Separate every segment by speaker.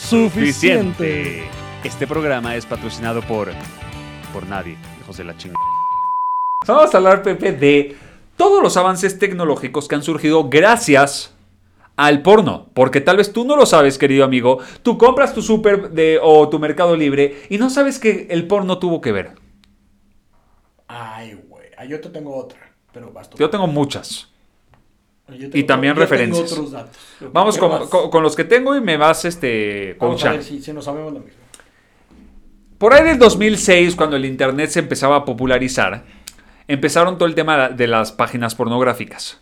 Speaker 1: suficiente. Este programa es patrocinado por. por nadie, hijos de la chingada. Vamos a hablar, Pepe, de todos los avances tecnológicos que han surgido gracias al porno. Porque tal vez tú no lo sabes, querido amigo. Tú compras tu super de, o tu mercado libre y no sabes que el porno tuvo que ver.
Speaker 2: Ay, güey. Ah, Yo te tengo otra, pero vas tú.
Speaker 1: Yo tengo muchas.
Speaker 2: Yo
Speaker 1: y también
Speaker 2: yo tengo
Speaker 1: referencias.
Speaker 2: otros datos. Yo
Speaker 1: Vamos
Speaker 2: creo que
Speaker 1: con,
Speaker 2: vas-
Speaker 1: con- con los que tengo y me vas este,
Speaker 2: Vamos a
Speaker 1: coachando.
Speaker 2: ver si, si nos sabemos lo mismo.
Speaker 1: Por ahí del 2006, cuando el Internet se empezaba a popularizar, empezaron todo el tema de las páginas pornográficas.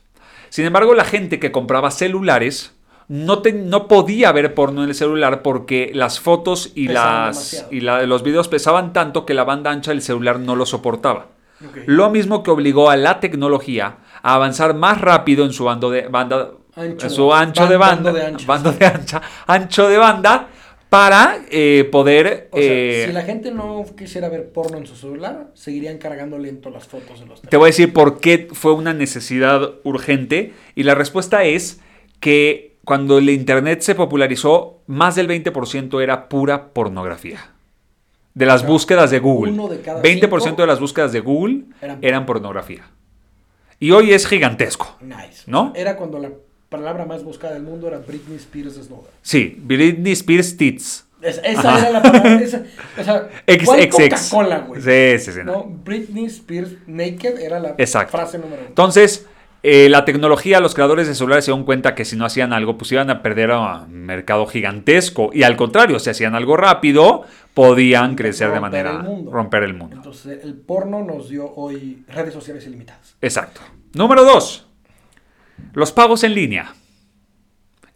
Speaker 1: Sin embargo, la gente que compraba celulares no, te- no podía ver porno en el celular porque las fotos y,
Speaker 2: Pesaban
Speaker 1: las,
Speaker 2: demasiado.
Speaker 1: y la- los videos pesaban tanto que la banda ancha del celular no lo soportaba.
Speaker 2: Ok.
Speaker 1: Lo mismo que obligó a la tecnología a avanzar más rápido en su bando de banda,
Speaker 2: Ancho.
Speaker 1: en su ancho
Speaker 2: Ban-
Speaker 1: de banda,
Speaker 2: bando de ancho.
Speaker 1: bando de ancha, ancho de banda para eh, poder
Speaker 2: O sea,
Speaker 1: eh,
Speaker 2: si la gente no quisiera ver porno en su celular, seguirían cargando lento las fotos de los
Speaker 1: Te voy a decir por qué fue una necesidad urgente y la respuesta es que cuando el Internet se popularizó, más del 20% era pura pornografía. De las
Speaker 2: O sea,
Speaker 1: búsquedas de Google.
Speaker 2: uno de cada
Speaker 1: 20%
Speaker 2: cinco
Speaker 1: de las búsquedas de Google
Speaker 2: eran-
Speaker 1: eran pornografía. Y hoy es gigantesco.
Speaker 2: Nice.
Speaker 1: ¿No?
Speaker 2: Era cuando la palabra más buscada del mundo era Britney Spears Snowden.
Speaker 1: Sí, Britney Spears Tits.
Speaker 2: Es- esa era la palabra. Esa, o sea,
Speaker 1: Ex,
Speaker 2: ¿cuál
Speaker 1: ex, ex.
Speaker 2: Coca-Cola, güey.
Speaker 1: Sí, sí, sí, no.
Speaker 2: No, Britney Spears Naked era la
Speaker 1: Exacto.
Speaker 2: frase número uno.
Speaker 1: Entonces, eh, la tecnología, los creadores de celulares se dieron cuenta que si no hacían algo, pues iban a perder a un mercado gigantesco. Y al contrario, si hacían algo rápido, podían crecer de
Speaker 2: Romper
Speaker 1: manera
Speaker 2: el mundo.
Speaker 1: romper el mundo.
Speaker 2: Entonces, el porno nos dio hoy redes sociales ilimitadas.
Speaker 1: Exacto. Número dos, los pagos en línea.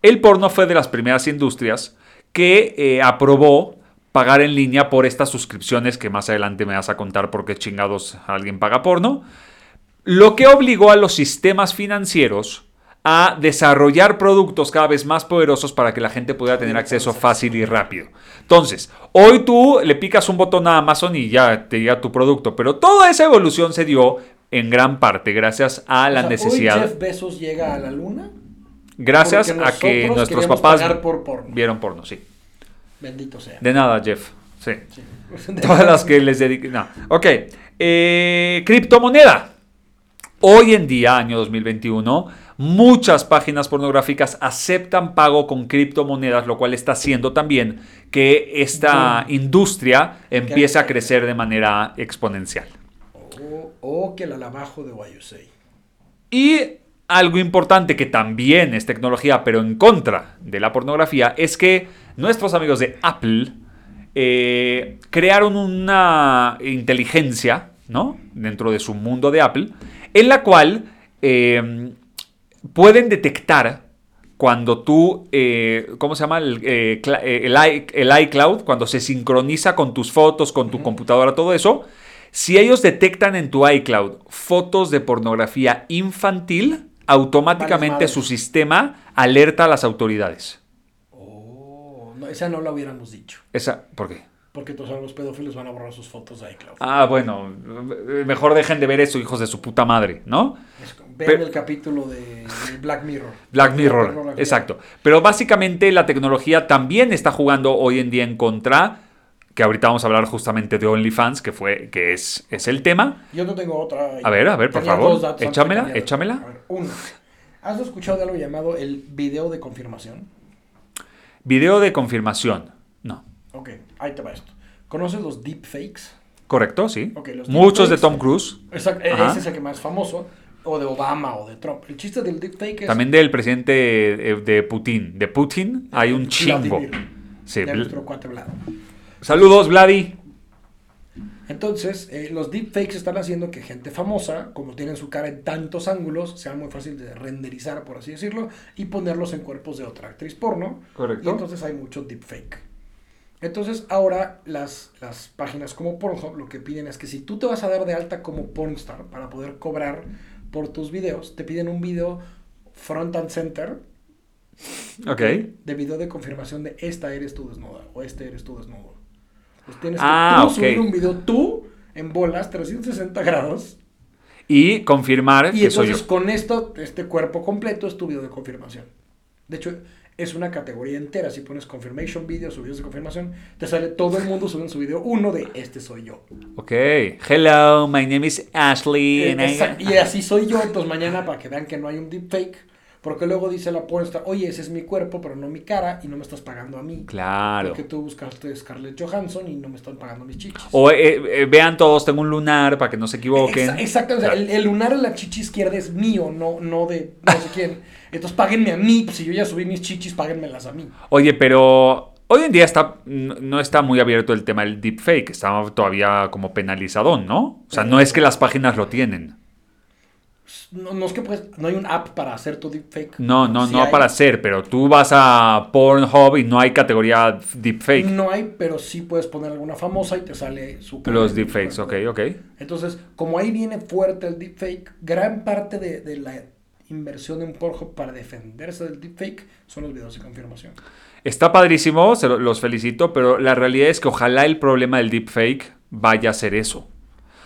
Speaker 1: El porno fue de las primeras industrias que eh, aprobó pagar en línea por estas suscripciones que más adelante me vas a contar por qué chingados alguien paga porno. Lo que obligó a los sistemas financieros a desarrollar productos cada vez más poderosos para que la gente pudiera tener acceso fácil y rápido. Entonces, hoy tú le picas un botón a Amazon y ya te llega tu producto, pero toda esa evolución se dio en gran parte gracias a la
Speaker 2: O sea,
Speaker 1: necesidad,
Speaker 2: Hoy Jeff Bezos llega a la luna.
Speaker 1: gracias
Speaker 2: porque
Speaker 1: a que
Speaker 2: nosotros
Speaker 1: nuestros
Speaker 2: queríamos
Speaker 1: papás
Speaker 2: pagar por porno.
Speaker 1: vieron porno, sí.
Speaker 2: Bendito sea.
Speaker 1: De nada, Jeff. Sí.
Speaker 2: Sí.
Speaker 1: Todas las que les dediquen. No. Ok. Eh, criptomoneda. Hoy en día, año 2021, muchas páginas pornográficas aceptan pago con criptomonedas, lo cual está haciendo también que esta industria empiece a crecer de manera exponencial.
Speaker 2: O, o que la labajo de Guayusei.
Speaker 1: Y algo importante que también es tecnología, pero en contra de la pornografía, es que nuestros amigos de Apple eh, crearon una inteligencia, ¿no? Dentro de su mundo de Apple, en la cual eh, pueden detectar cuando tú, eh, ¿cómo se llama? El, eh, cla- eh, el i- el iCloud, cuando se sincroniza con tus fotos, con tu computadora, todo eso. Si ellos detectan en tu iCloud fotos de pornografía infantil, automáticamente
Speaker 2: Vales
Speaker 1: su
Speaker 2: madres.
Speaker 1: sistema alerta a las autoridades.
Speaker 2: Oh, no, esa no la hubiéramos dicho.
Speaker 1: Esa, ¿Por qué?
Speaker 2: Porque todos los pedófilos van a borrar sus fotos de iCloud.
Speaker 1: Ah, bueno, eh, mejor dejen de ver eso, hijos de su puta madre, ¿no?
Speaker 2: Es- Vean
Speaker 1: pero-
Speaker 2: el capítulo de de Black Mirror.
Speaker 1: Black
Speaker 2: De
Speaker 1: Mirror,
Speaker 2: pornografía.
Speaker 1: exacto. Pero básicamente la tecnología también está jugando hoy en día en contra, que ahorita vamos a hablar justamente de OnlyFans, que fue, que es, es el tema.
Speaker 2: Yo no tengo otra.
Speaker 1: A ver, a ver, por
Speaker 2: Tenía
Speaker 1: favor,
Speaker 2: dos datos antes de
Speaker 1: échamela,
Speaker 2: cambiar.
Speaker 1: échamela.
Speaker 2: A ver, uno. ¿Has escuchado de algo llamado el video de confirmación?
Speaker 1: Video de confirmación. No.
Speaker 2: Ok, ahí te va esto. ¿Conoces los deepfakes?
Speaker 1: Correcto, sí.
Speaker 2: Ok, los
Speaker 1: Muchos de
Speaker 2: deepfakes.
Speaker 1: Tom Cruise.
Speaker 2: Exacto, e-
Speaker 1: Ajá.
Speaker 2: ese es el que más famoso. O de Obama o de Trump. El chiste del deepfake es.
Speaker 1: También del presidente eh, de Putin. De Putin hay un chingo.
Speaker 2: Vladimir.
Speaker 1: Sí,
Speaker 2: de
Speaker 1: Bl-
Speaker 2: nuestro cuate Vlad.
Speaker 1: Saludos, Vladi.
Speaker 2: Entonces, eh, los deepfakes están haciendo que gente famosa, como tienen su cara en tantos ángulos, sea muy fácil de renderizar, por así decirlo, y ponerlos en cuerpos de otra actriz porno.
Speaker 1: Correcto.
Speaker 2: Y entonces hay mucho deepfake. Entonces ahora las, las páginas como Pornhub lo que piden es que si tú te vas a dar de alta como pornstar para poder cobrar por tus videos, te piden un video front and center
Speaker 1: Ok.
Speaker 2: de video de confirmación de esta eres tú desnuda o este eres tú desnudo. Pues tienes
Speaker 1: Ah,
Speaker 2: que tú
Speaker 1: ok.
Speaker 2: subir un video tú en bolas 360 grados
Speaker 1: Y confirmar
Speaker 2: y
Speaker 1: Ah, que soy yo.
Speaker 2: entonces con esto, este cuerpo completo es tu video de confirmación. De hecho, es una categoría entera. Si pones confirmation videos o videos de confirmación, te sale todo el mundo subiendo su video uno de este soy yo.
Speaker 1: Ok. Hello, my name is Ashley.
Speaker 2: Eh,
Speaker 1: and I-
Speaker 2: esa- y así soy yo, entonces mañana para que vean que no hay un deepfake. Porque luego dice la puesta, oye, ese es mi cuerpo, pero no mi cara, y no me estás pagando a mí.
Speaker 1: Claro.
Speaker 2: Porque tú buscaste Scarlett Johansson y no me están pagando mis chichis.
Speaker 1: O eh, eh, vean todos, tengo un lunar para que no se equivoquen.
Speaker 2: Exa- exacto, o sea, el, el lunar en la chichi izquierda es mío, no, no de no sé quién. Entonces páguenme a mí, pues, si yo ya subí mis chichis, páguenmelas a mí.
Speaker 1: Oye, pero hoy en día está, no no está muy abierto el tema del deepfake, está todavía como penalizadón, ¿no? O sea, no es que las páginas lo tienen.
Speaker 2: No, no es que pues, no hay un app para hacer tu deepfake.
Speaker 1: No, no,
Speaker 2: Sí
Speaker 1: no
Speaker 2: hay.
Speaker 1: para hacer, pero tú vas a Pornhub y no hay categoría deepfake.
Speaker 2: No hay, pero sí puedes poner alguna famosa y te sale su cara.
Speaker 1: Los deepfakes, ok, ok.
Speaker 2: Entonces, como ahí viene fuerte el deepfake, gran parte de, de la inversión en Pornhub para defenderse del deepfake son los videos de confirmación.
Speaker 1: Está padrísimo, se lo- los felicito, pero la realidad es que ojalá el problema del deepfake vaya a ser eso.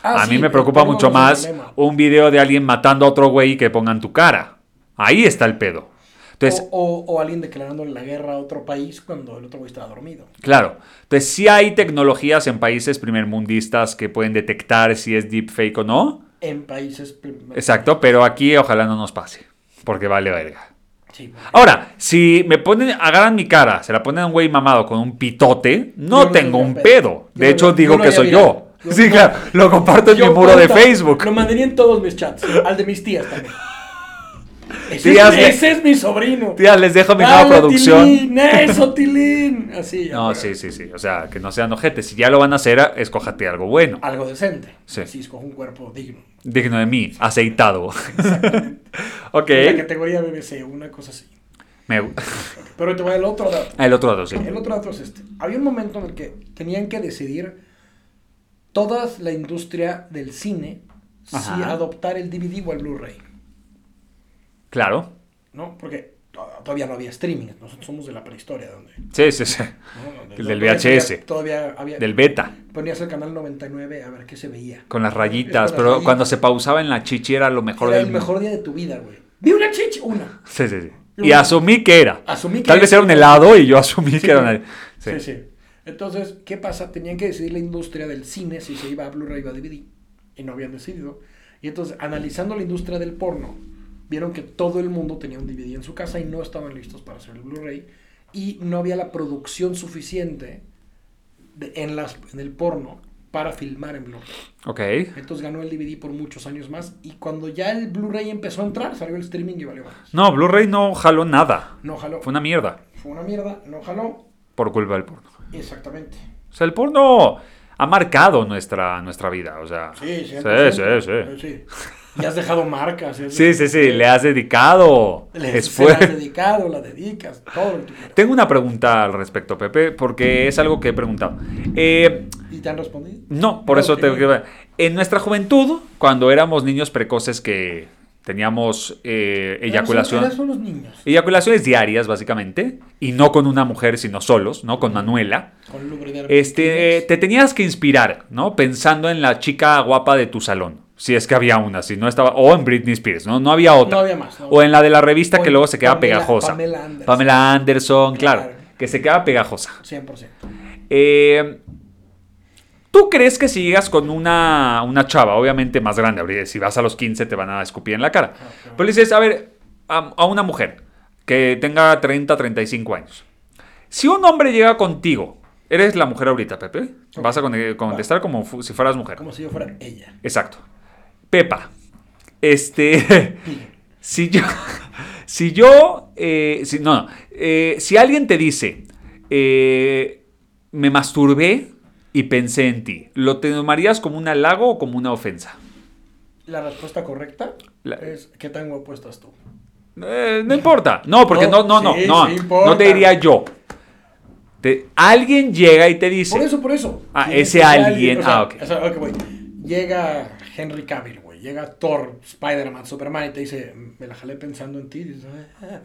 Speaker 2: Ah,
Speaker 1: a
Speaker 2: sí,
Speaker 1: mí me
Speaker 2: el
Speaker 1: preocupa
Speaker 2: porno
Speaker 1: mucho
Speaker 2: no es el
Speaker 1: más
Speaker 2: problema.
Speaker 1: un video de alguien matando a otro güey y que pongan tu cara. Ahí está el pedo. Entonces,
Speaker 2: o, o, o alguien declarando la guerra a otro país cuando el otro güey estaba dormido.
Speaker 1: Claro. Entonces, sí hay tecnologías en países primermundistas que pueden detectar si es deepfake o no.
Speaker 2: En países. prim-
Speaker 1: Exacto, pero aquí ojalá no nos pase, porque vale verga.
Speaker 2: Sí,
Speaker 1: Este
Speaker 2: güey.
Speaker 1: Ahora, si me ponen, agarran mi cara, se la ponen a un güey mamado con un pitote, no
Speaker 2: Yo no
Speaker 1: tengo
Speaker 2: tendría
Speaker 1: un
Speaker 2: pedo.
Speaker 1: pedo.
Speaker 2: Yo
Speaker 1: De
Speaker 2: no-
Speaker 1: hecho,
Speaker 2: yo
Speaker 1: digo
Speaker 2: no
Speaker 1: que
Speaker 2: haría
Speaker 1: soy yo.
Speaker 2: viral. Yo
Speaker 1: sí,
Speaker 2: no.
Speaker 1: claro, lo comparto en
Speaker 2: Yo
Speaker 1: mi muro de
Speaker 2: cuenta-
Speaker 1: Facebook.
Speaker 2: Lo mandaría en todos mis chats. Al de mis tías también. Ese,
Speaker 1: Tías
Speaker 2: es,
Speaker 1: de-
Speaker 2: ese es mi sobrino.
Speaker 1: Tía, les dejo mi
Speaker 2: Dale,
Speaker 1: nueva producción.
Speaker 2: Ah, Tilín, eso, Tilín. Así. ya,
Speaker 1: No,
Speaker 2: pero
Speaker 1: sí, sí, sí. O sea, que no sean ojetes. Si ya lo van a hacer, escójate algo bueno.
Speaker 2: Algo decente.
Speaker 1: Sí.
Speaker 2: Así escojo un cuerpo digno.
Speaker 1: Digno de mí, aceitado. ok.
Speaker 2: En La categoría BBC, una cosa así.
Speaker 1: Me- Ah,
Speaker 2: Pero te voy al otro dato.
Speaker 1: El otro dato, sí.
Speaker 2: El otro dato es este. Había un momento en el que tenían que decidir toda la industria del cine si
Speaker 1: Ajá.
Speaker 2: adoptar el DVD o el Blu-ray.
Speaker 1: Claro.
Speaker 2: ¿No? Porque to- todavía no había streaming. Nosotros somos de la prehistoria. Donde,
Speaker 1: Sí, sí, sí.
Speaker 2: ¿no? Donde
Speaker 1: El del
Speaker 2: todavía-
Speaker 1: VHS.
Speaker 2: Todavía había...
Speaker 1: Del beta,
Speaker 2: Ponías el canal 99 a ver qué se veía.
Speaker 1: con las rayitas.
Speaker 2: Con las
Speaker 1: Pero
Speaker 2: rayitas.
Speaker 1: cuando se pausaba en la chichi era lo mejor
Speaker 2: Era
Speaker 1: del
Speaker 2: el mejor día de tu vida, güey. Vi una chichi, una.
Speaker 1: Sí, sí, sí.
Speaker 2: Y
Speaker 1: Y
Speaker 2: un-
Speaker 1: asumí que era.
Speaker 2: Asumí que
Speaker 1: Tal vez era un helado y yo asumí
Speaker 2: Sí.
Speaker 1: que era una...
Speaker 2: Sí.
Speaker 1: Sí.
Speaker 2: sí, Entonces, ¿qué pasa? Tenían que decidir la industria del cine si se iba a Blu-ray o a DVD. Y no habían decidido. Y entonces, analizando la industria del porno, vieron que todo el mundo tenía un DVD en su casa y no estaban listos para hacer el Blu-ray. Y no había la producción suficiente de- en, las, en el porno para filmar en Blu-ray.
Speaker 1: Ok.
Speaker 2: Entonces ganó el DVD por muchos años más. Y cuando ya el Blu-ray empezó a entrar, salió el streaming y valió más.
Speaker 1: No, Blu-ray no jaló nada.
Speaker 2: No jaló.
Speaker 1: Fue una mierda
Speaker 2: Fue una mierda, no jaló.
Speaker 1: por culpa del porno.
Speaker 2: Exactamente.
Speaker 1: O sea, el porno ha marcado nuestra, nuestra vida. O sea,
Speaker 2: Sí,
Speaker 1: sí,
Speaker 2: 100%.
Speaker 1: sí, sí.
Speaker 2: Eh, sí. Y has dejado marcas. y has-
Speaker 1: Sí, sí, sí. Le has dedicado
Speaker 2: Le- se la
Speaker 1: esfuerzo.
Speaker 2: has dedicado, la dedicas, todo lo que tú quieras.
Speaker 1: Tengo una pregunta al respecto, Pepe, porque es algo que he preguntado. Eh,
Speaker 2: ¿Y te han respondido?
Speaker 1: no, por
Speaker 2: Ah,
Speaker 1: eso
Speaker 2: ok.
Speaker 1: tengo que... En nuestra juventud, cuando éramos niños precoces que teníamos eh, eyaculación...
Speaker 2: Esos son los niños.
Speaker 1: Eyaculaciones diarias, básicamente, y no con una mujer, sino solos, ¿no? Con Manuela.
Speaker 2: Con lubricidad.
Speaker 1: Este, eh, te tenías que inspirar, ¿no? Pensando en la chica guapa de tu salón. Si es que había una, si no estaba... O en Britney Spears, ¿no? No había otra.
Speaker 2: No había más, no.
Speaker 1: O en la de la revista
Speaker 2: O
Speaker 1: que
Speaker 2: en
Speaker 1: luego se queda
Speaker 2: Pamela-
Speaker 1: pegajosa.
Speaker 2: Pamela Anderson.
Speaker 1: Pamela Anderson, claro.
Speaker 2: Claro.
Speaker 1: Que se queda pegajosa.
Speaker 2: 100%.
Speaker 1: Eh, ¿Tú crees que si llegas con una, una chava, obviamente más grande, habría- si vas a los 15 te van a escupir en la cara? Pero le dices, a ver, a, a una mujer que tenga 30, 35 años. Si un hombre llega contigo, eres la mujer ahorita, Pepe, vas a con- eh, contestar como fu- si fueras mujer.
Speaker 2: Como si yo fuera ella.
Speaker 1: Exacto. Pepa, este, si yo, si yo, eh, si, no, no, eh, si alguien te dice, eh, me masturbé y pensé en ti, ¿lo tomarías como un halago o como una ofensa?
Speaker 2: La respuesta correcta
Speaker 1: La-
Speaker 2: es ¿qué tan guapo estás tú?
Speaker 1: Eh, no importa. No, porque no,
Speaker 2: No,
Speaker 1: no, no,
Speaker 2: sí,
Speaker 1: no,
Speaker 2: sí
Speaker 1: no,
Speaker 2: importa.
Speaker 1: te diría yo. Te- alguien llega y te dice.
Speaker 2: Por eso, por eso.
Speaker 1: Ah,
Speaker 2: Tiene
Speaker 1: ese
Speaker 2: que haber
Speaker 1: alguien,
Speaker 2: o sea,
Speaker 1: ah, ok.
Speaker 2: o sea, a lo que voy. Llega Henry Cavill, güey. Llega Thor, Spider-Man, Superman y te dice, me la jalé pensando en ti. Y dices, "Ah".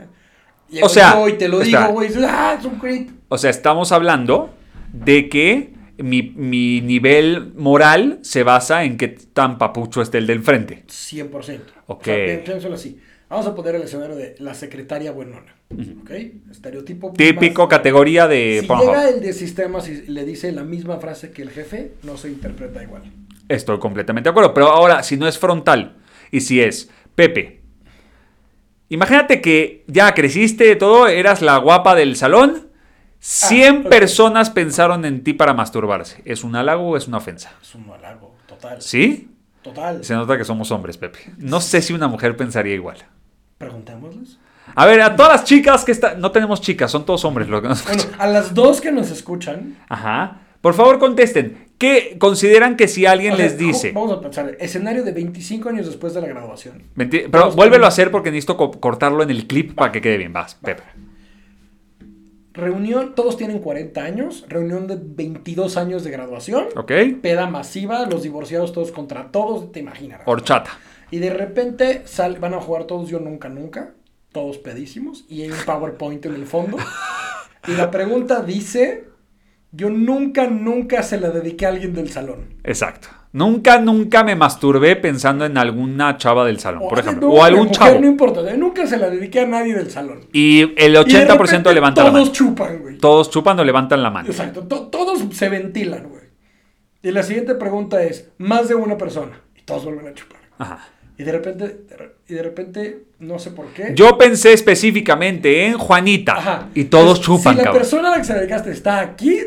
Speaker 2: Llego
Speaker 1: O sea,
Speaker 2: yo y te lo
Speaker 1: espera.
Speaker 2: digo, güey. y dices, Ah, es un creep.
Speaker 1: O sea, estamos hablando de que mi, mi nivel moral se basa en qué tan papucho esté el del frente.
Speaker 2: 100%.
Speaker 1: Ok.
Speaker 2: O sea, pi- piénsalo así. Vamos a poner el escenario de la secretaria buenona. ¿Ok? Estereotipo.
Speaker 1: Típico
Speaker 2: más-
Speaker 1: categoría de
Speaker 2: Si
Speaker 1: Pornhub.
Speaker 2: llega el de sistemas y le dice la misma frase que el jefe, no se interpreta igual.
Speaker 1: Estoy completamente de acuerdo. Pero ahora, si no es frontal y si es Pepe, imagínate que ya creciste, todo, eras la guapa del salón. 100
Speaker 2: Ah, ok.
Speaker 1: personas pensaron en ti para masturbarse. ¿Es un halago o es una ofensa?
Speaker 2: Es un halago, total.
Speaker 1: ¿Sí?
Speaker 2: Total.
Speaker 1: Se nota que somos hombres, Pepe. No sé si una mujer pensaría igual.
Speaker 2: Preguntémosles.
Speaker 1: A ver, a todas las chicas que están. No tenemos chicas, son todos hombres los que nos
Speaker 2: Bueno,
Speaker 1: escuchan.
Speaker 2: a las dos que nos escuchan.
Speaker 1: Ajá. Por favor, contesten. ¿Qué consideran que si alguien
Speaker 2: o sea,
Speaker 1: les dice?
Speaker 2: Vamos a pensar, escenario de 25 años después de la graduación.
Speaker 1: Menti- Pero
Speaker 2: vamos,
Speaker 1: vuélvelo a
Speaker 2: vamos.
Speaker 1: hacer porque necesito co- cortarlo en el clip para que quede bien. Vas, Pepe.
Speaker 2: Reunión, todos tienen 40 años, reunión de 22 años de graduación,
Speaker 1: ¿Ok?
Speaker 2: peda masiva, los divorciados todos contra todos, te imaginas.
Speaker 1: Horchata.
Speaker 2: Y de repente sal- van a jugar todos yo nunca nunca, todos pedísimos, y hay un PowerPoint en el fondo. Y la pregunta dice, yo nunca nunca se la dediqué a alguien del salón.
Speaker 1: Exacto. Nunca, nunca me masturbé pensando en alguna chava del salón, Ah, por
Speaker 2: así,
Speaker 1: ejemplo.
Speaker 2: no,
Speaker 1: o
Speaker 2: la
Speaker 1: algún
Speaker 2: mujer,
Speaker 1: chavo.
Speaker 2: No importa, yo nunca se la dediqué a nadie del salón.
Speaker 1: Y el
Speaker 2: Y de
Speaker 1: 80%
Speaker 2: repente
Speaker 1: levanta la
Speaker 2: todos
Speaker 1: mano.
Speaker 2: chupan, güey.
Speaker 1: Todos chupan o levantan la mano.
Speaker 2: Exacto, to- todos se ventilan, güey. Y la siguiente pregunta es, más de una persona. Y todos vuelven a chupar.
Speaker 1: Ajá.
Speaker 2: Y de repente, y de repente, no sé por qué.
Speaker 1: Yo pensé específicamente en Juanita.
Speaker 2: Ajá.
Speaker 1: Y todos
Speaker 2: Si-
Speaker 1: chupan,
Speaker 2: Si la
Speaker 1: cabrón.
Speaker 2: persona a la que se dedicaste está aquí,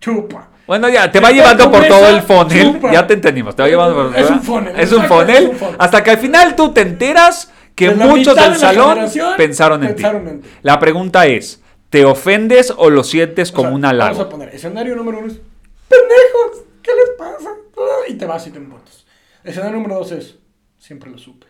Speaker 2: chupa.
Speaker 1: Bueno, ya, te va
Speaker 2: Está
Speaker 1: llevando
Speaker 2: tu
Speaker 1: por
Speaker 2: mesa,
Speaker 1: todo el funnel.
Speaker 2: chupa.
Speaker 1: Ya te entendimos, te va llevando por
Speaker 2: Es un funnel,
Speaker 1: Es un
Speaker 2: exacto,
Speaker 1: funnel.
Speaker 2: es un funnel.
Speaker 1: Hasta que al final tú te enteras que
Speaker 2: De la
Speaker 1: muchos
Speaker 2: mitad
Speaker 1: del
Speaker 2: de la
Speaker 1: salón
Speaker 2: generación
Speaker 1: pensaron en ti.
Speaker 2: pensaron en ti.
Speaker 1: La pregunta es, ¿te ofendes o lo sientes
Speaker 2: O
Speaker 1: como
Speaker 2: sea,
Speaker 1: un
Speaker 2: Vamos a
Speaker 1: halago?
Speaker 2: poner, escenario número uno es, pendejos, ¿qué les pasa? Y te vas y te embotas. Escenario número dos es, siempre lo supe.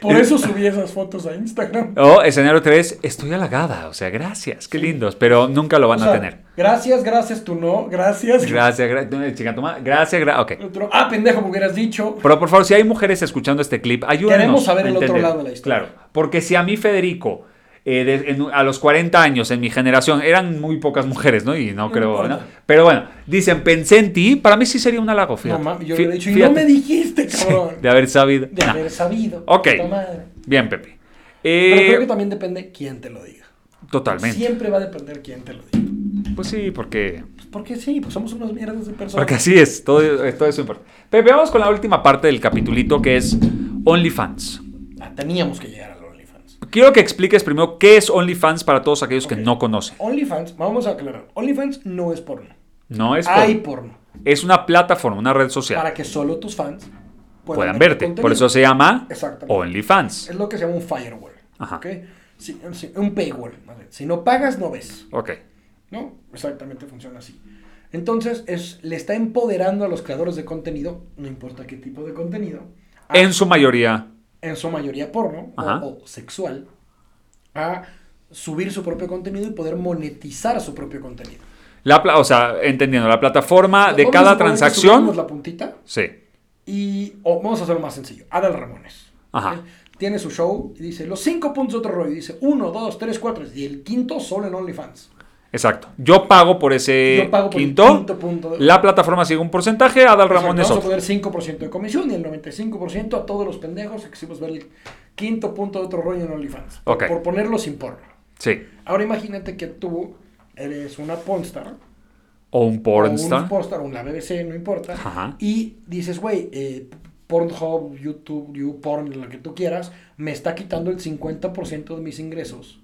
Speaker 2: por eso subí esas fotos a Instagram.
Speaker 1: O escenario 3, estoy halagada, o sea, gracias, qué lindos, pero nunca lo van
Speaker 2: O sea,
Speaker 1: a tener.
Speaker 2: Gracias, gracias, tú no, gracias.
Speaker 1: Gracias, gracias, chica, toma, gracias, gra- ok.
Speaker 2: Otro, ah, pendejo, me hubieras dicho.
Speaker 1: Pero por favor, si hay mujeres escuchando este clip, ayúdenos.
Speaker 2: Queremos saber
Speaker 1: a
Speaker 2: el otro
Speaker 1: entender.
Speaker 2: lado de la historia.
Speaker 1: Claro, porque si a mí, Federico, eh, de- en- a los 40 años, en mi generación, eran muy pocas mujeres, ¿no? Y no, creo,
Speaker 2: importa.
Speaker 1: ¿no? Pero bueno, dicen, pensé en ti, para mí sí sería un halago,
Speaker 2: No
Speaker 1: fíjate.
Speaker 2: mames, yo
Speaker 1: Fí-
Speaker 2: le hubiera dicho, y no
Speaker 1: fíjate.
Speaker 2: me dijiste,
Speaker 1: Sí,
Speaker 2: cabrón.
Speaker 1: de haber sabido.
Speaker 2: De
Speaker 1: Nah.
Speaker 2: haber sabido.
Speaker 1: Ok.
Speaker 2: puta madre.
Speaker 1: Bien, Pepe.
Speaker 2: Pero
Speaker 1: Eh,
Speaker 2: creo que también depende quién te lo diga.
Speaker 1: Totalmente.
Speaker 2: Siempre va a depender quién te lo diga.
Speaker 1: Pues sí, porque,
Speaker 2: Pues porque sí, pues somos unos mierdas de personas.
Speaker 1: porque así es, todo, todo eso importa. Pepe, vamos con la última parte del capitulito que es OnlyFans.
Speaker 2: Ah, teníamos que llegar al OnlyFans.
Speaker 1: Quiero que expliques primero qué es OnlyFans para todos aquellos que no conocen.
Speaker 2: OnlyFans, vamos a aclarar. OnlyFans no es porno.
Speaker 1: No es
Speaker 2: Hay
Speaker 1: porno.
Speaker 2: porno.
Speaker 1: Es una plataforma, una red social.
Speaker 2: pues. Para que solo tus fans puedan,
Speaker 1: puedan
Speaker 2: ver tu
Speaker 1: verte. Por
Speaker 2: contenido.
Speaker 1: eso se llama
Speaker 2: Exactamente.
Speaker 1: OnlyFans.
Speaker 2: Es lo que se llama un firewall.
Speaker 1: Ajá.
Speaker 2: ¿ok? Si- si- un paywall. más bien. Si no pagas, no ves.
Speaker 1: Ok.
Speaker 2: Ah. ¿No? Exactamente funciona así. Entonces, es, le está empoderando a los creadores de contenido, no importa qué tipo de contenido, a-
Speaker 1: En su mayoría.
Speaker 2: en su mayoría porno o-
Speaker 1: Ajá.
Speaker 2: o, sexual, a subir su propio contenido y poder monetizar su propio contenido.
Speaker 1: La pla- o sea, entendiendo, la plataforma Ah, de
Speaker 2: Vamos a
Speaker 1: cada
Speaker 2: suponer que subimos
Speaker 1: transacción.
Speaker 2: la puntita
Speaker 1: Sí.
Speaker 2: y o vamos a hacerlo más sencillo. Adal Ramones.
Speaker 1: Ajá.
Speaker 2: ¿ok? Tiene su show y dice los cinco puntos de otro rollo. Y dice uno, dos, tres, cuatro. Y el quinto solo en OnlyFans.
Speaker 1: Exacto. Yo pago por ese
Speaker 2: Yo pago por el
Speaker 1: quinto.
Speaker 2: quinto punto.
Speaker 1: La plataforma sigue un porcentaje, Adal Ramón es
Speaker 2: Vamos a
Speaker 1: otro.
Speaker 2: poner 5% de comisión y el 95% a todos los pendejos que quisimos ver el quinto punto de otro rollo en OnlyFans. Por-
Speaker 1: Ok.
Speaker 2: Por ponerlo sin porno.
Speaker 1: Sí.
Speaker 2: Ahora imagínate que tú eres una pornstar.
Speaker 1: O un
Speaker 2: O un
Speaker 1: pornstar.
Speaker 2: pornstar, o la BBC, no importa.
Speaker 1: Ajá.
Speaker 2: Y dices, güey, eh, Pornhub, YouTube, YouPorn, lo que tú quieras, me está quitando el 50% de mis ingresos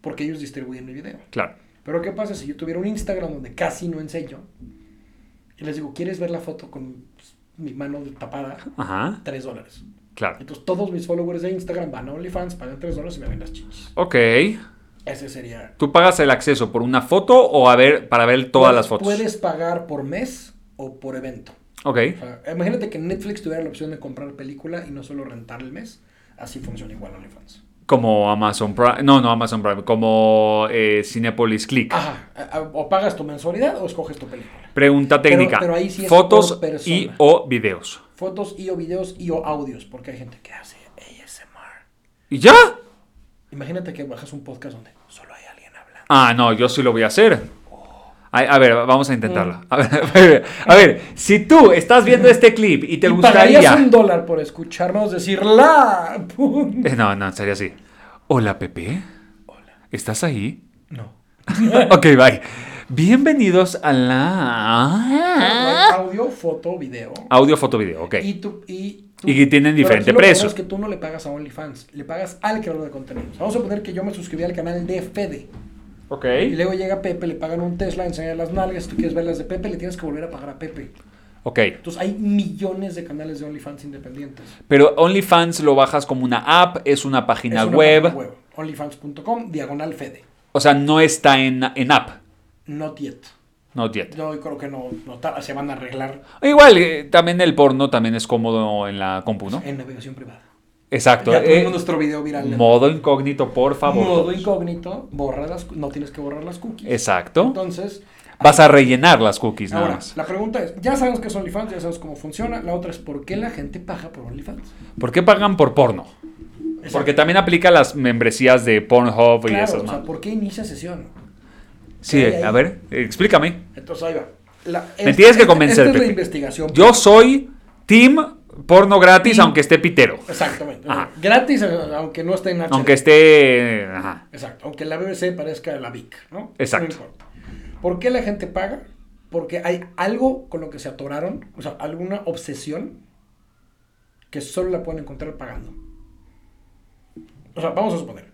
Speaker 2: porque ellos distribuyen mi video.
Speaker 1: Claro.
Speaker 2: Pero ¿qué pasa si yo tuviera un Instagram donde casi no enseño? Y les digo, ¿quieres ver la foto con pues, mi mano tapada?
Speaker 1: Ajá.
Speaker 2: 3 dólares.
Speaker 1: Claro.
Speaker 2: Entonces todos mis followers de Instagram van a OnlyFans, pagan 3 dólares y me ven las chichis.
Speaker 1: Ok.
Speaker 2: Ese sería...
Speaker 1: ¿Tú pagas el acceso por una foto o a ver para ver todas las fotos?
Speaker 2: Puedes pagar por mes o por evento.
Speaker 1: Ok.
Speaker 2: O sea, imagínate que Netflix tuviera la opción de comprar película y no solo rentar el mes. Así funciona igual OnlyFans.
Speaker 1: Como Amazon Prime. No, no Amazon Prime. Como eh, Cinepolis Click.
Speaker 2: Ajá. a- a- Ah, O pagas tu mensualidad o escoges tu película.
Speaker 1: Pregunta
Speaker 2: Pero-
Speaker 1: técnica.
Speaker 2: pero ahí sí es
Speaker 1: Fotos
Speaker 2: por persona.
Speaker 1: y o videos.
Speaker 2: Fotos y o videos y o audios, porque hay gente que hace ASMR.
Speaker 1: ¿Y ya?
Speaker 2: Imagínate que bajas un podcast donde solo hay alguien hablando.
Speaker 1: Ah, no, yo sí lo voy a hacer. A, a ver, vamos a intentarlo. A ver, a ver, a ver, si tú estás viendo este clip y te
Speaker 2: y
Speaker 1: gustaría...
Speaker 2: pagarías un dólar por escucharnos decir la. pun-".
Speaker 1: Eh, No, no, sería así. Hola, Pepe. Hola. ¿Estás ahí?
Speaker 2: No.
Speaker 1: ok, bye. Bienvenidos a
Speaker 2: No
Speaker 1: la...
Speaker 2: hay audio, foto, video.
Speaker 1: Audio, foto, video, ok.
Speaker 2: Y tú, y tú-
Speaker 1: Y que tienen
Speaker 2: pero
Speaker 1: diferente
Speaker 2: aquí lo que
Speaker 1: precio.
Speaker 2: pasa Es que tú no le pagas a OnlyFans, le pagas al creador de contenidos. Vamos a poner que yo me suscribí al canal de Fede.
Speaker 1: Ok.
Speaker 2: Y luego llega Pepe, le pagan un Tesla, enseñan las nalgas. Si tú quieres ver las de Pepe, le tienes que volver a pagar a Pepe.
Speaker 1: Ok.
Speaker 2: Entonces hay millones de canales de OnlyFans independientes.
Speaker 1: Pero OnlyFans lo bajas como una app, es una
Speaker 2: Es
Speaker 1: página
Speaker 2: una
Speaker 1: web.
Speaker 2: página OnlyFans.com, diagonal Fede.
Speaker 1: O sea, no está en, en app.
Speaker 2: Not yet.
Speaker 1: Not yet.
Speaker 2: Yo creo que no, no ta- se van a arreglar
Speaker 1: Igual, eh, también el porno también es cómodo en la compu, ¿no?
Speaker 2: en navegación privada.
Speaker 1: Exacto.
Speaker 2: Ya tuvimos
Speaker 1: eh,
Speaker 2: nuestro video viral.
Speaker 1: modo incógnito, por favor.
Speaker 2: Modo incógnito, borra las, cu- no tienes que borrar las cookies.
Speaker 1: Exacto.
Speaker 2: Entonces,
Speaker 1: Vas a rellenar las cookies nada
Speaker 2: Ahora,
Speaker 1: más.
Speaker 2: la pregunta es, ya sabemos qué es OnlyFans, ya sabemos cómo funciona. La otra es, ¿por qué la gente paga por OnlyFans?
Speaker 1: ¿Por qué pagan por porno? Porque también aplica las membresías de Pornhub y
Speaker 2: claro,
Speaker 1: esas
Speaker 2: o sea,
Speaker 1: más.
Speaker 2: ¿por qué inicia sesión?
Speaker 1: Sí, eh,
Speaker 2: hay ahí?
Speaker 1: a ver, explícame.
Speaker 2: Entonces, ahí va. La-
Speaker 1: Me
Speaker 2: esta-
Speaker 1: tienes que
Speaker 2: esta-
Speaker 1: convencer,
Speaker 2: Esta es
Speaker 1: Pepe.
Speaker 2: la investigación.
Speaker 1: Yo soy team porno gratis, aunque esté pitero.
Speaker 2: Exactamente.
Speaker 1: Ajá.
Speaker 2: Gratis, eh, aunque no esté en HD.
Speaker 1: Aunque esté... ajá.
Speaker 2: Exacto, aunque la BBC parezca la VIC, ¿no?
Speaker 1: Exacto.
Speaker 2: No importa. ¿Por qué la gente paga? Porque hay algo con lo que se atoraron, o sea, alguna obsesión que solo la pueden encontrar pagando. O sea, vamos a suponer.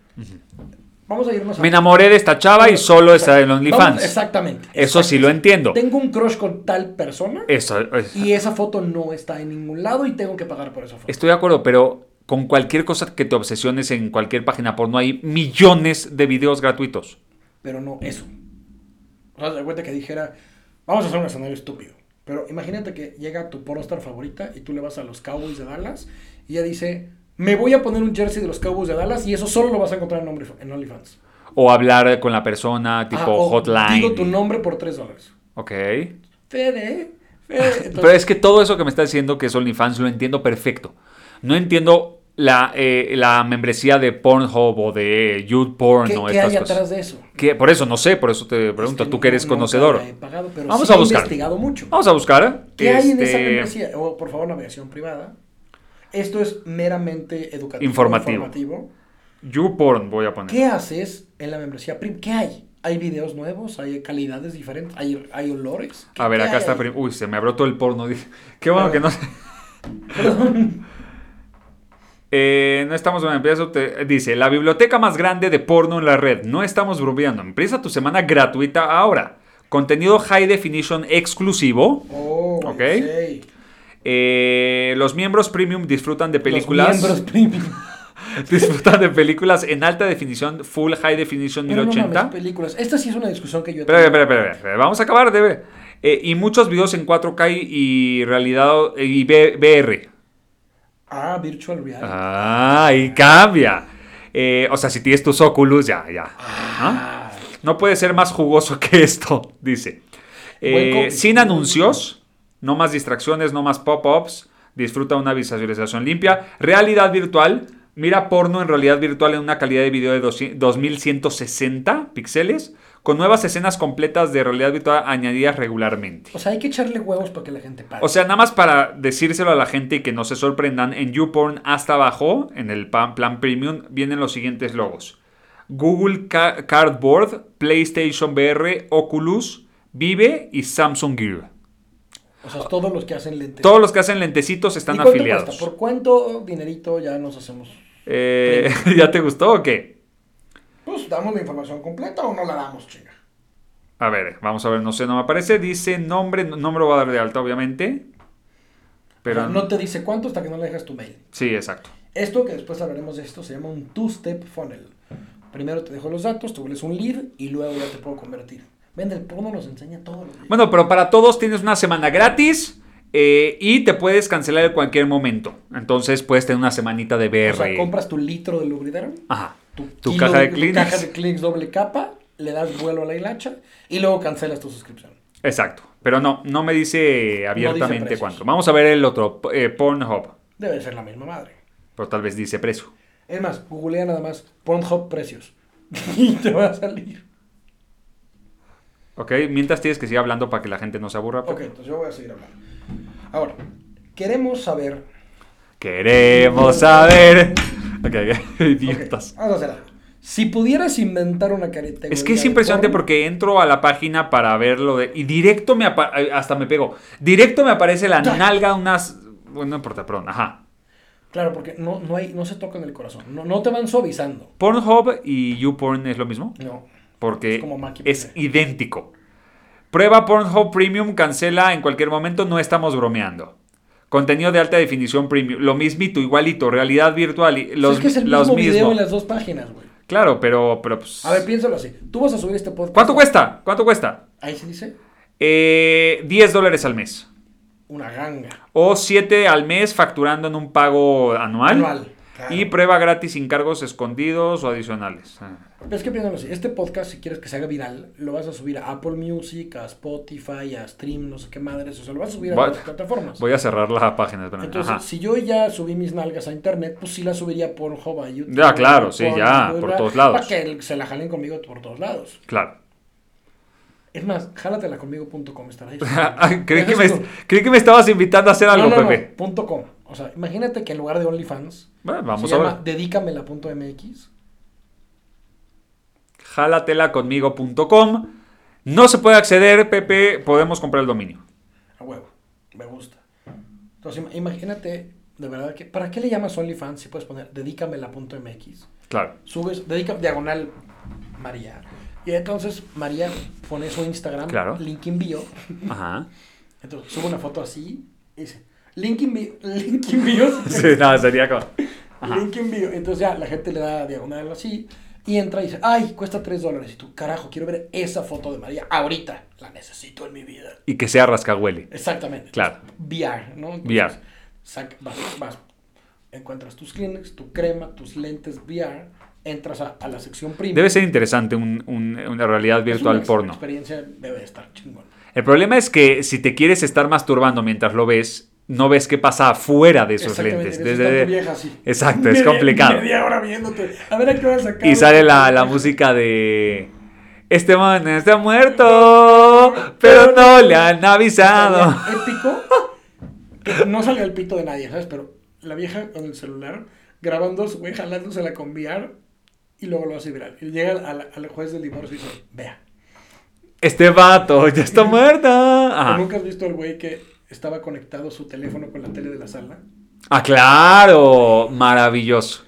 Speaker 2: Vamos a irnos a...
Speaker 1: Me enamoré de esta chava y solo está en
Speaker 2: Vamos-
Speaker 1: OnlyFans.
Speaker 2: Exactamente.
Speaker 1: Eso sí
Speaker 2: exactamente.
Speaker 1: lo entiendo.
Speaker 2: Tengo un crush con tal persona
Speaker 1: Eso, es-
Speaker 2: y esa foto no está en ningún lado y tengo que pagar por esa foto.
Speaker 1: Estoy de acuerdo, pero con cualquier cosa que te obsesiones en cualquier página porno hay millones de videos gratuitos.
Speaker 2: pero no eso. O sea, de cuenta que dijera, vamos a hacer un escenario estúpido. Pero imagínate que llega tu pornstar favorita y tú le vas a los Cowboys de Dallas y ella dice, me voy a poner un jersey de los Cowboys de Dallas y eso solo lo vas a encontrar en, Onlyf- en OnlyFans.
Speaker 1: O hablar con la persona, tipo
Speaker 2: Ajá, Ah, o
Speaker 1: hotline.
Speaker 2: Digo tu nombre por 3 dólares.
Speaker 1: Ok.
Speaker 2: Fede, Fede. Entonces,
Speaker 1: pero es que todo eso que me está diciendo que es OnlyFans lo entiendo perfecto. No entiendo la, eh, la membresía de Pornhub o de YouPorn
Speaker 2: ¿qué,
Speaker 1: o
Speaker 2: qué
Speaker 1: estas
Speaker 2: hay atrás
Speaker 1: cosas.
Speaker 2: de eso?
Speaker 1: Que por eso no sé, por eso te pregunto,
Speaker 2: Es
Speaker 1: tú que eres
Speaker 2: no- nunca
Speaker 1: conocedor.
Speaker 2: la he pagado, pero
Speaker 1: Vamos
Speaker 2: sí
Speaker 1: a
Speaker 2: he
Speaker 1: buscar.
Speaker 2: investigado mucho.
Speaker 1: Vamos a buscar.
Speaker 2: ¿Qué hay en esa
Speaker 1: este,
Speaker 2: membresía? O, por favor, navegación privada. Esto es meramente educativo.
Speaker 1: Informativo.
Speaker 2: informativo.
Speaker 1: YouPorn voy a poner.
Speaker 2: ¿Qué haces en la membresía Prim? ¿Qué hay? ¿Hay videos nuevos? ¿Hay calidades diferentes? ¿Hay, hay olores? ¿Qué-
Speaker 1: A ver,
Speaker 2: qué
Speaker 1: acá
Speaker 2: hay
Speaker 1: está.
Speaker 2: ahí?
Speaker 1: prim- Uy, se me abrió todo el porno. dije. Qué bueno que no sé. Eh, no estamos en empresa. te- Dice: La biblioteca más grande de porno en la red. No estamos bromeando. Empieza tu semana gratuita ahora. Contenido high definition exclusivo.
Speaker 2: Oh,
Speaker 1: Ok.
Speaker 2: ok.
Speaker 1: Eh, los miembros premium disfrutan de películas.
Speaker 2: Los miembros premium.
Speaker 1: disfrutan de películas en alta definición, full high definition
Speaker 2: Pero no
Speaker 1: 1080.
Speaker 2: mames, películas. Esta sí es una discusión que yo he
Speaker 1: Espera,
Speaker 2: tenido.
Speaker 1: espera, espera, espera, Vamos a acabar de ver. Eh, y muchos videos en 4K y realidad eh, y V- VR.
Speaker 2: Ah, virtual reality.
Speaker 1: Ah, y cambia. Eh, o sea, si tienes tus Oculus, ya, ya. ¿Ah? No puede ser más jugoso que esto, dice. Eh,
Speaker 2: Buen copy.
Speaker 1: sin anuncios, no más distracciones, no más pop-ups. Disfruta una visualización limpia. Realidad virtual. Mira porno en realidad virtual en una calidad de video de 200- 2160 píxeles, con nuevas escenas completas de realidad virtual añadidas regularmente.
Speaker 2: O sea, hay que echarle huevos para que la gente pague.
Speaker 1: O sea, nada más para decírselo a la gente y que no se sorprendan, en YouPorn hasta abajo, en el pan- plan premium, vienen los siguientes logos. Google Ca- Cardboard, PlayStation VR, Oculus, Vive y Samsung Gear.
Speaker 2: O sea, todos los que hacen lentes.
Speaker 1: Todos los que hacen lentecitos
Speaker 2: ¿Y
Speaker 1: están
Speaker 2: cuánto
Speaker 1: afiliados.
Speaker 2: cuesta? ¿Por cuánto dinerito ya nos hacemos?
Speaker 1: Eh, ¿Ya te gustó o qué?
Speaker 2: Pues, ¿damos la información completa o no la damos, chica?
Speaker 1: A ver, vamos a ver, no sé, no me aparece. Dice nombre, no me lo va a dar de alta, obviamente.
Speaker 2: O
Speaker 1: Pero...
Speaker 2: sea, Ah, no te dice cuánto hasta que no le dejas tu mail.
Speaker 1: Sí, exacto.
Speaker 2: Esto que después hablaremos de esto se llama un two-step funnel. Primero te dejo los datos, te vuelves un lead y luego ya te puedo convertir. Vende el porno nos enseña todo. lo que-
Speaker 1: Bueno, pero para todos tienes una semana gratis Eh, y te puedes cancelar en cualquier momento. Entonces puedes tener una semanita de
Speaker 2: O
Speaker 1: BR.
Speaker 2: sea, compras tu litro de lubricante,
Speaker 1: Ajá. Ah, Tu,
Speaker 2: kilo
Speaker 1: caja de
Speaker 2: tu
Speaker 1: Kleenex.
Speaker 2: caja de Kleenex doble capa, le das vuelo a la hilacha y luego cancelas tu suscripción.
Speaker 1: Exacto. Pero no, no me dice abiertamente
Speaker 2: precios.
Speaker 1: cuánto. Vamos a ver el otro, eh, Pornhub.
Speaker 2: Debe ser la misma madre.
Speaker 1: Pero tal vez dice precio.
Speaker 2: Es más, googlea nada más Pornhub precios y te va a salir.
Speaker 1: Ok, mientras tienes que seguir hablando para que la gente no se aburra. pues,
Speaker 2: Ok, entonces yo voy a seguir hablando. Ahora, queremos saber.
Speaker 1: Queremos saber. Ok, idiotas.
Speaker 2: Ok, vamos a hacer algo. Si pudieras inventar una categoría.
Speaker 1: Es que es
Speaker 2: de
Speaker 1: impresionante
Speaker 2: porno,
Speaker 1: porque entro a la página para verlo de. Y directo me apa- eh, hasta me pego. Directo me aparece la nalga, unas. Bueno, no importa, perdón, ajá.
Speaker 2: Claro, porque no, no, hay, no se tocan el corazón. No, no te van suavizando.
Speaker 1: Pornhub y YouPorn es lo mismo.
Speaker 2: No.
Speaker 1: Porque
Speaker 2: Es como Maki
Speaker 1: es
Speaker 2: Pene.
Speaker 1: idéntico. Prueba Pornhub Premium, cancela en cualquier momento, no estamos bromeando. Contenido de alta definición premium, lo mismito, igualito, realidad virtual, y- los,
Speaker 2: es que es el
Speaker 1: los
Speaker 2: mismo video
Speaker 1: mismos.
Speaker 2: en las dos páginas, güey.
Speaker 1: Claro, pero, pero pues,
Speaker 2: A ver, piénsalo así. Tú vas a subir este podcast.
Speaker 1: ¿Cuánto cuesta? ¿Cuánto cuesta?
Speaker 2: Ahí se dice
Speaker 1: Eh, 10 dólares al mes.
Speaker 2: una ganga.
Speaker 1: O 7 al mes facturando en un pago anual.
Speaker 2: Anual, claro.
Speaker 1: Y prueba gratis sin cargos escondidos o adicionales. Ah.
Speaker 2: Pero es que piénsalo así. Este podcast, si quieres que se haga viral, lo vas a subir a Apple Music, a Spotify, a Stream, no sé qué madres. O sea, lo vas a subir a
Speaker 1: Voy-
Speaker 2: otras plataformas.
Speaker 1: Voy a cerrar la página. espérame.
Speaker 2: Entonces,
Speaker 1: Ajá.
Speaker 2: si yo ya subí mis nalgas a internet, pues sí las subiría a Pornhub, a YouTube.
Speaker 1: Ya, claro,
Speaker 2: a
Speaker 1: sí,
Speaker 2: Pornhub,
Speaker 1: ya,
Speaker 2: bla, bla,
Speaker 1: por
Speaker 2: bla,
Speaker 1: todos lados.
Speaker 2: Para que se la jalen conmigo por todos lados.
Speaker 1: Claro.
Speaker 2: Es más, jálatela conmigo.com estará ahí.
Speaker 1: Ay, Ah, creí, que me,
Speaker 2: Dejas tú.
Speaker 1: creí que me estabas invitando a hacer algo,
Speaker 2: no, no, no,
Speaker 1: Pepe.
Speaker 2: punto com. O sea, imagínate que en lugar de OnlyFans,
Speaker 1: Bueno, vamos
Speaker 2: se
Speaker 1: a ver.
Speaker 2: llama dedícamela.mx.
Speaker 1: Jalateláconmigo.com. No se puede acceder, Pepe. Podemos comprar el dominio.
Speaker 2: A huevo, me gusta. Entonces, ima- imagínate, de verdad, que ¿para qué le llamas OnlyFans si puedes poner dedícamela.mx?
Speaker 1: Claro.
Speaker 2: subes, dedica diagonal María. Y entonces María pone su Instagram,
Speaker 1: Claro.
Speaker 2: link envío.
Speaker 1: Ajá.
Speaker 2: Entonces sube una foto así y dice, link envío, link envío,
Speaker 1: Sí, nada, sería como.
Speaker 2: link envío. Entonces ya la gente le da diagonal así y entra y dice, ay, cuesta 3 dólares. Y tú, carajo, quiero ver esa foto de María ahorita. La necesito en mi vida.
Speaker 1: Y que sea rascahuele.
Speaker 2: Exactamente.
Speaker 1: Claro.
Speaker 2: VR, ¿no? Entonces,
Speaker 1: VR.
Speaker 2: saca- vas, vas, encuentras tus Kleenex, tu crema, tus lentes VR, entras a, a la sección premium.
Speaker 1: Debe ser interesante un- un- una realidad virtual
Speaker 2: Es una ex-
Speaker 1: porno.
Speaker 2: experiencia debe de estar chingón.
Speaker 1: El problema es que si te quieres estar masturbando mientras lo ves, no ves qué pasa afuera de esos
Speaker 2: Exactamente,
Speaker 1: lentes.
Speaker 2: necesitas
Speaker 1: Desde-
Speaker 2: tu vieja así.
Speaker 1: Exacto, es
Speaker 2: Media-
Speaker 1: complicado.
Speaker 2: Media hora viéndote. A ver a qué hora sacamos.
Speaker 1: Y sale la, la música de. Este man está muerto, pero no le han avisado.
Speaker 2: Épico. Que no salga el pito de nadie, ¿sabes? Pero la vieja con el celular grabando a su güey jalándosela con VR y luego lo hace viral. Y llega al, al juez del divorcio y dice, vea.
Speaker 1: Este vato ya está muerto. Ajá.
Speaker 2: ¿Nunca has visto al güey que estaba conectado su teléfono con la tele de la sala?
Speaker 1: Ah, claro, maravilloso.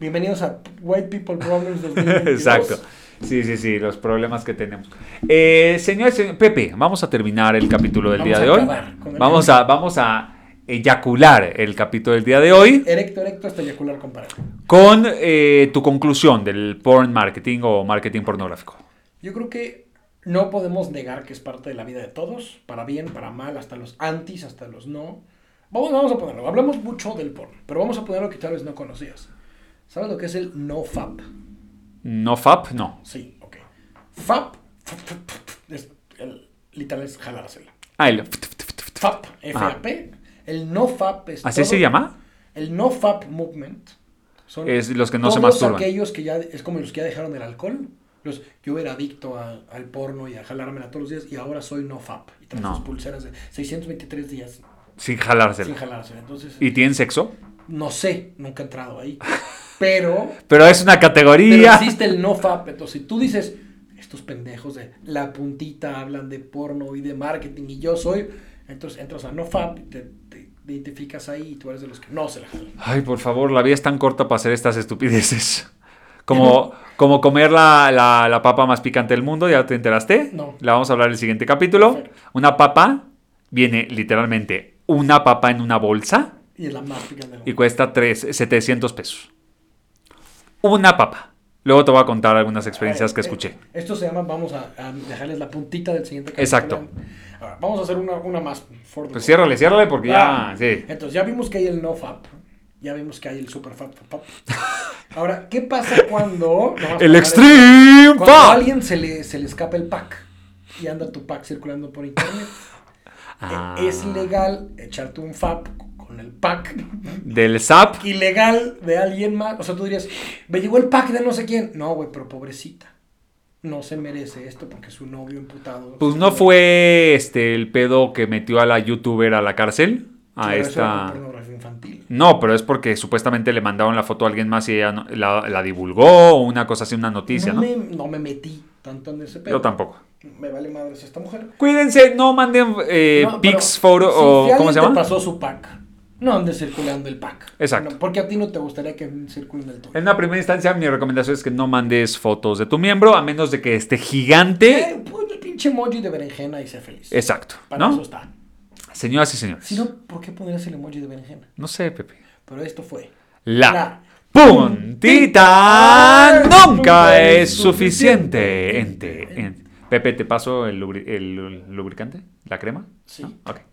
Speaker 2: Bienvenidos a White People Problems 2022.
Speaker 1: Exacto. Sí, sí, sí, los problemas que tenemos. Eh, señores, señor- Pepe, vamos a terminar el capítulo del
Speaker 2: Vamos
Speaker 1: día de
Speaker 2: a
Speaker 1: hoy.
Speaker 2: acabar con el-
Speaker 1: Vamos a, vamos a eyacular el capítulo del día de hoy
Speaker 2: Erecto, erecto, hasta eyacular comparado.
Speaker 1: con eh, tu conclusión del porn marketing o marketing pornográfico.
Speaker 2: Yo creo que no podemos negar que es parte de la vida de todos, para bien, para mal, hasta los antis, hasta los no. Vamos, vamos a ponerlo, hablamos mucho del porno, pero vamos a ponerlo que tal vez no conocías. ¿Sabes lo que es el no FAP?
Speaker 1: No FAP, no.
Speaker 2: Sí, ok. FAP, f- f- f- f- es el, literal es jalársela.
Speaker 1: Ah, el-
Speaker 2: FAP, F-A-P. El no FAP es.
Speaker 1: ¿Así
Speaker 2: todo-
Speaker 1: se llama?
Speaker 2: El no FAP movement. Son
Speaker 1: Es los que no se
Speaker 2: todos
Speaker 1: masturban.
Speaker 2: aquellos que ya, es como los que ya dejaron el alcohol. Los, yo era adicto a- al porno y a jalármela todos los días y ahora soy no FAP. Y traes
Speaker 1: No.
Speaker 2: tus pulseras de 623 días
Speaker 1: Sin jalársela.
Speaker 2: sin jalarse. Entonces,
Speaker 1: ¿Y tienen sexo?
Speaker 2: no sé, nunca he entrado ahí. Pero,
Speaker 1: Pero es una
Speaker 2: pero
Speaker 1: categoría.
Speaker 2: existe el no FAP. Entonces, si tú dices, estos pendejos de la puntita hablan de porno y de marketing y yo soy, entonces entras a no FAP, te, te identificas ahí y tú eres de los que no se la jalan.
Speaker 1: Ay, por favor, la vida es tan corta para hacer estas estupideces. Como, como comer la, la- la papa más picante del mundo, ¿ya te enteraste?
Speaker 2: No.
Speaker 1: La vamos a hablar en el siguiente capítulo.
Speaker 2: Perfecto.
Speaker 1: Una papa viene literalmente una papa en una bolsa
Speaker 2: Y es la más picante del
Speaker 1: y
Speaker 2: mundo.
Speaker 1: cuesta tres- 700 pesos. Una papa. Luego te voy a contar algunas experiencias que
Speaker 2: Eh, eh,
Speaker 1: escuché.
Speaker 2: Esto se llama, vamos a, a dejarles la puntita del siguiente capítulo.
Speaker 1: Exacto.
Speaker 2: Ahora, vamos a hacer una, una más.
Speaker 1: Pues
Speaker 2: for the record.
Speaker 1: ciérrale, ciérrale porque ya.
Speaker 2: Ah,
Speaker 1: Sí.
Speaker 2: Entonces, ya vimos que hay el nofap. Ya vimos que hay el super fap. fap, fap. Ahora, ¿qué pasa cuando. no,
Speaker 1: El
Speaker 2: para
Speaker 1: Extreme
Speaker 2: Cuando a
Speaker 1: Fab.
Speaker 2: alguien se le, se le escapa el pack y anda tu pack circulando por internet. e-,
Speaker 1: Ah.
Speaker 2: Es legal echarte un fap con el pack.
Speaker 1: Del SAP.
Speaker 2: Ilegal de alguien más. O sea, tú dirías, me llegó el pack de no sé quién. No, güey, pero pobrecita. No se merece esto porque su novio imputado.
Speaker 1: Pues no fue este el pedo que metió a la youtuber a la cárcel. A
Speaker 2: Pero eso era
Speaker 1: esta.
Speaker 2: pornografía infantil.
Speaker 1: No, pero es porque supuestamente le mandaron la foto a alguien más y ella no- la, la divulgó o una cosa así, una noticia,
Speaker 2: no,
Speaker 1: ¿no?
Speaker 2: Me, no me metí tanto en ese pedo.
Speaker 1: Yo tampoco.
Speaker 2: Me vale madres esta mujer.
Speaker 1: Cuídense, no manden eh,
Speaker 2: No,
Speaker 1: pics, photo
Speaker 2: pero si-
Speaker 1: o.
Speaker 2: si alguien
Speaker 1: ¿Cómo se
Speaker 2: te
Speaker 1: llama?
Speaker 2: pasó su pack. No andes circulando el pack.
Speaker 1: Exacto.
Speaker 2: No, porque a ti no te gustaría que circulen el tuyo.
Speaker 1: En una primera instancia, mi recomendación es que no mandes fotos de tu miembro, a menos de que esté gigante.
Speaker 2: Eh, pon el pinche emoji de berenjena y sé feliz.
Speaker 1: Exacto,
Speaker 2: Para eso
Speaker 1: ¿no?
Speaker 2: está.
Speaker 1: Señoras y señores.
Speaker 2: Si no, ¿por qué pondrías el emoji de berenjena?
Speaker 1: No sé, Pepe.
Speaker 2: Pero esto fue.
Speaker 1: La
Speaker 2: La
Speaker 1: puntita
Speaker 2: puntita
Speaker 1: nunca es
Speaker 2: es
Speaker 1: suficiente.
Speaker 2: suficiente.
Speaker 1: Ente, ente. Pepe, ¿te paso el, lubri- el lubricante? ¿La crema?
Speaker 2: Sí.
Speaker 1: ¿No? Ok.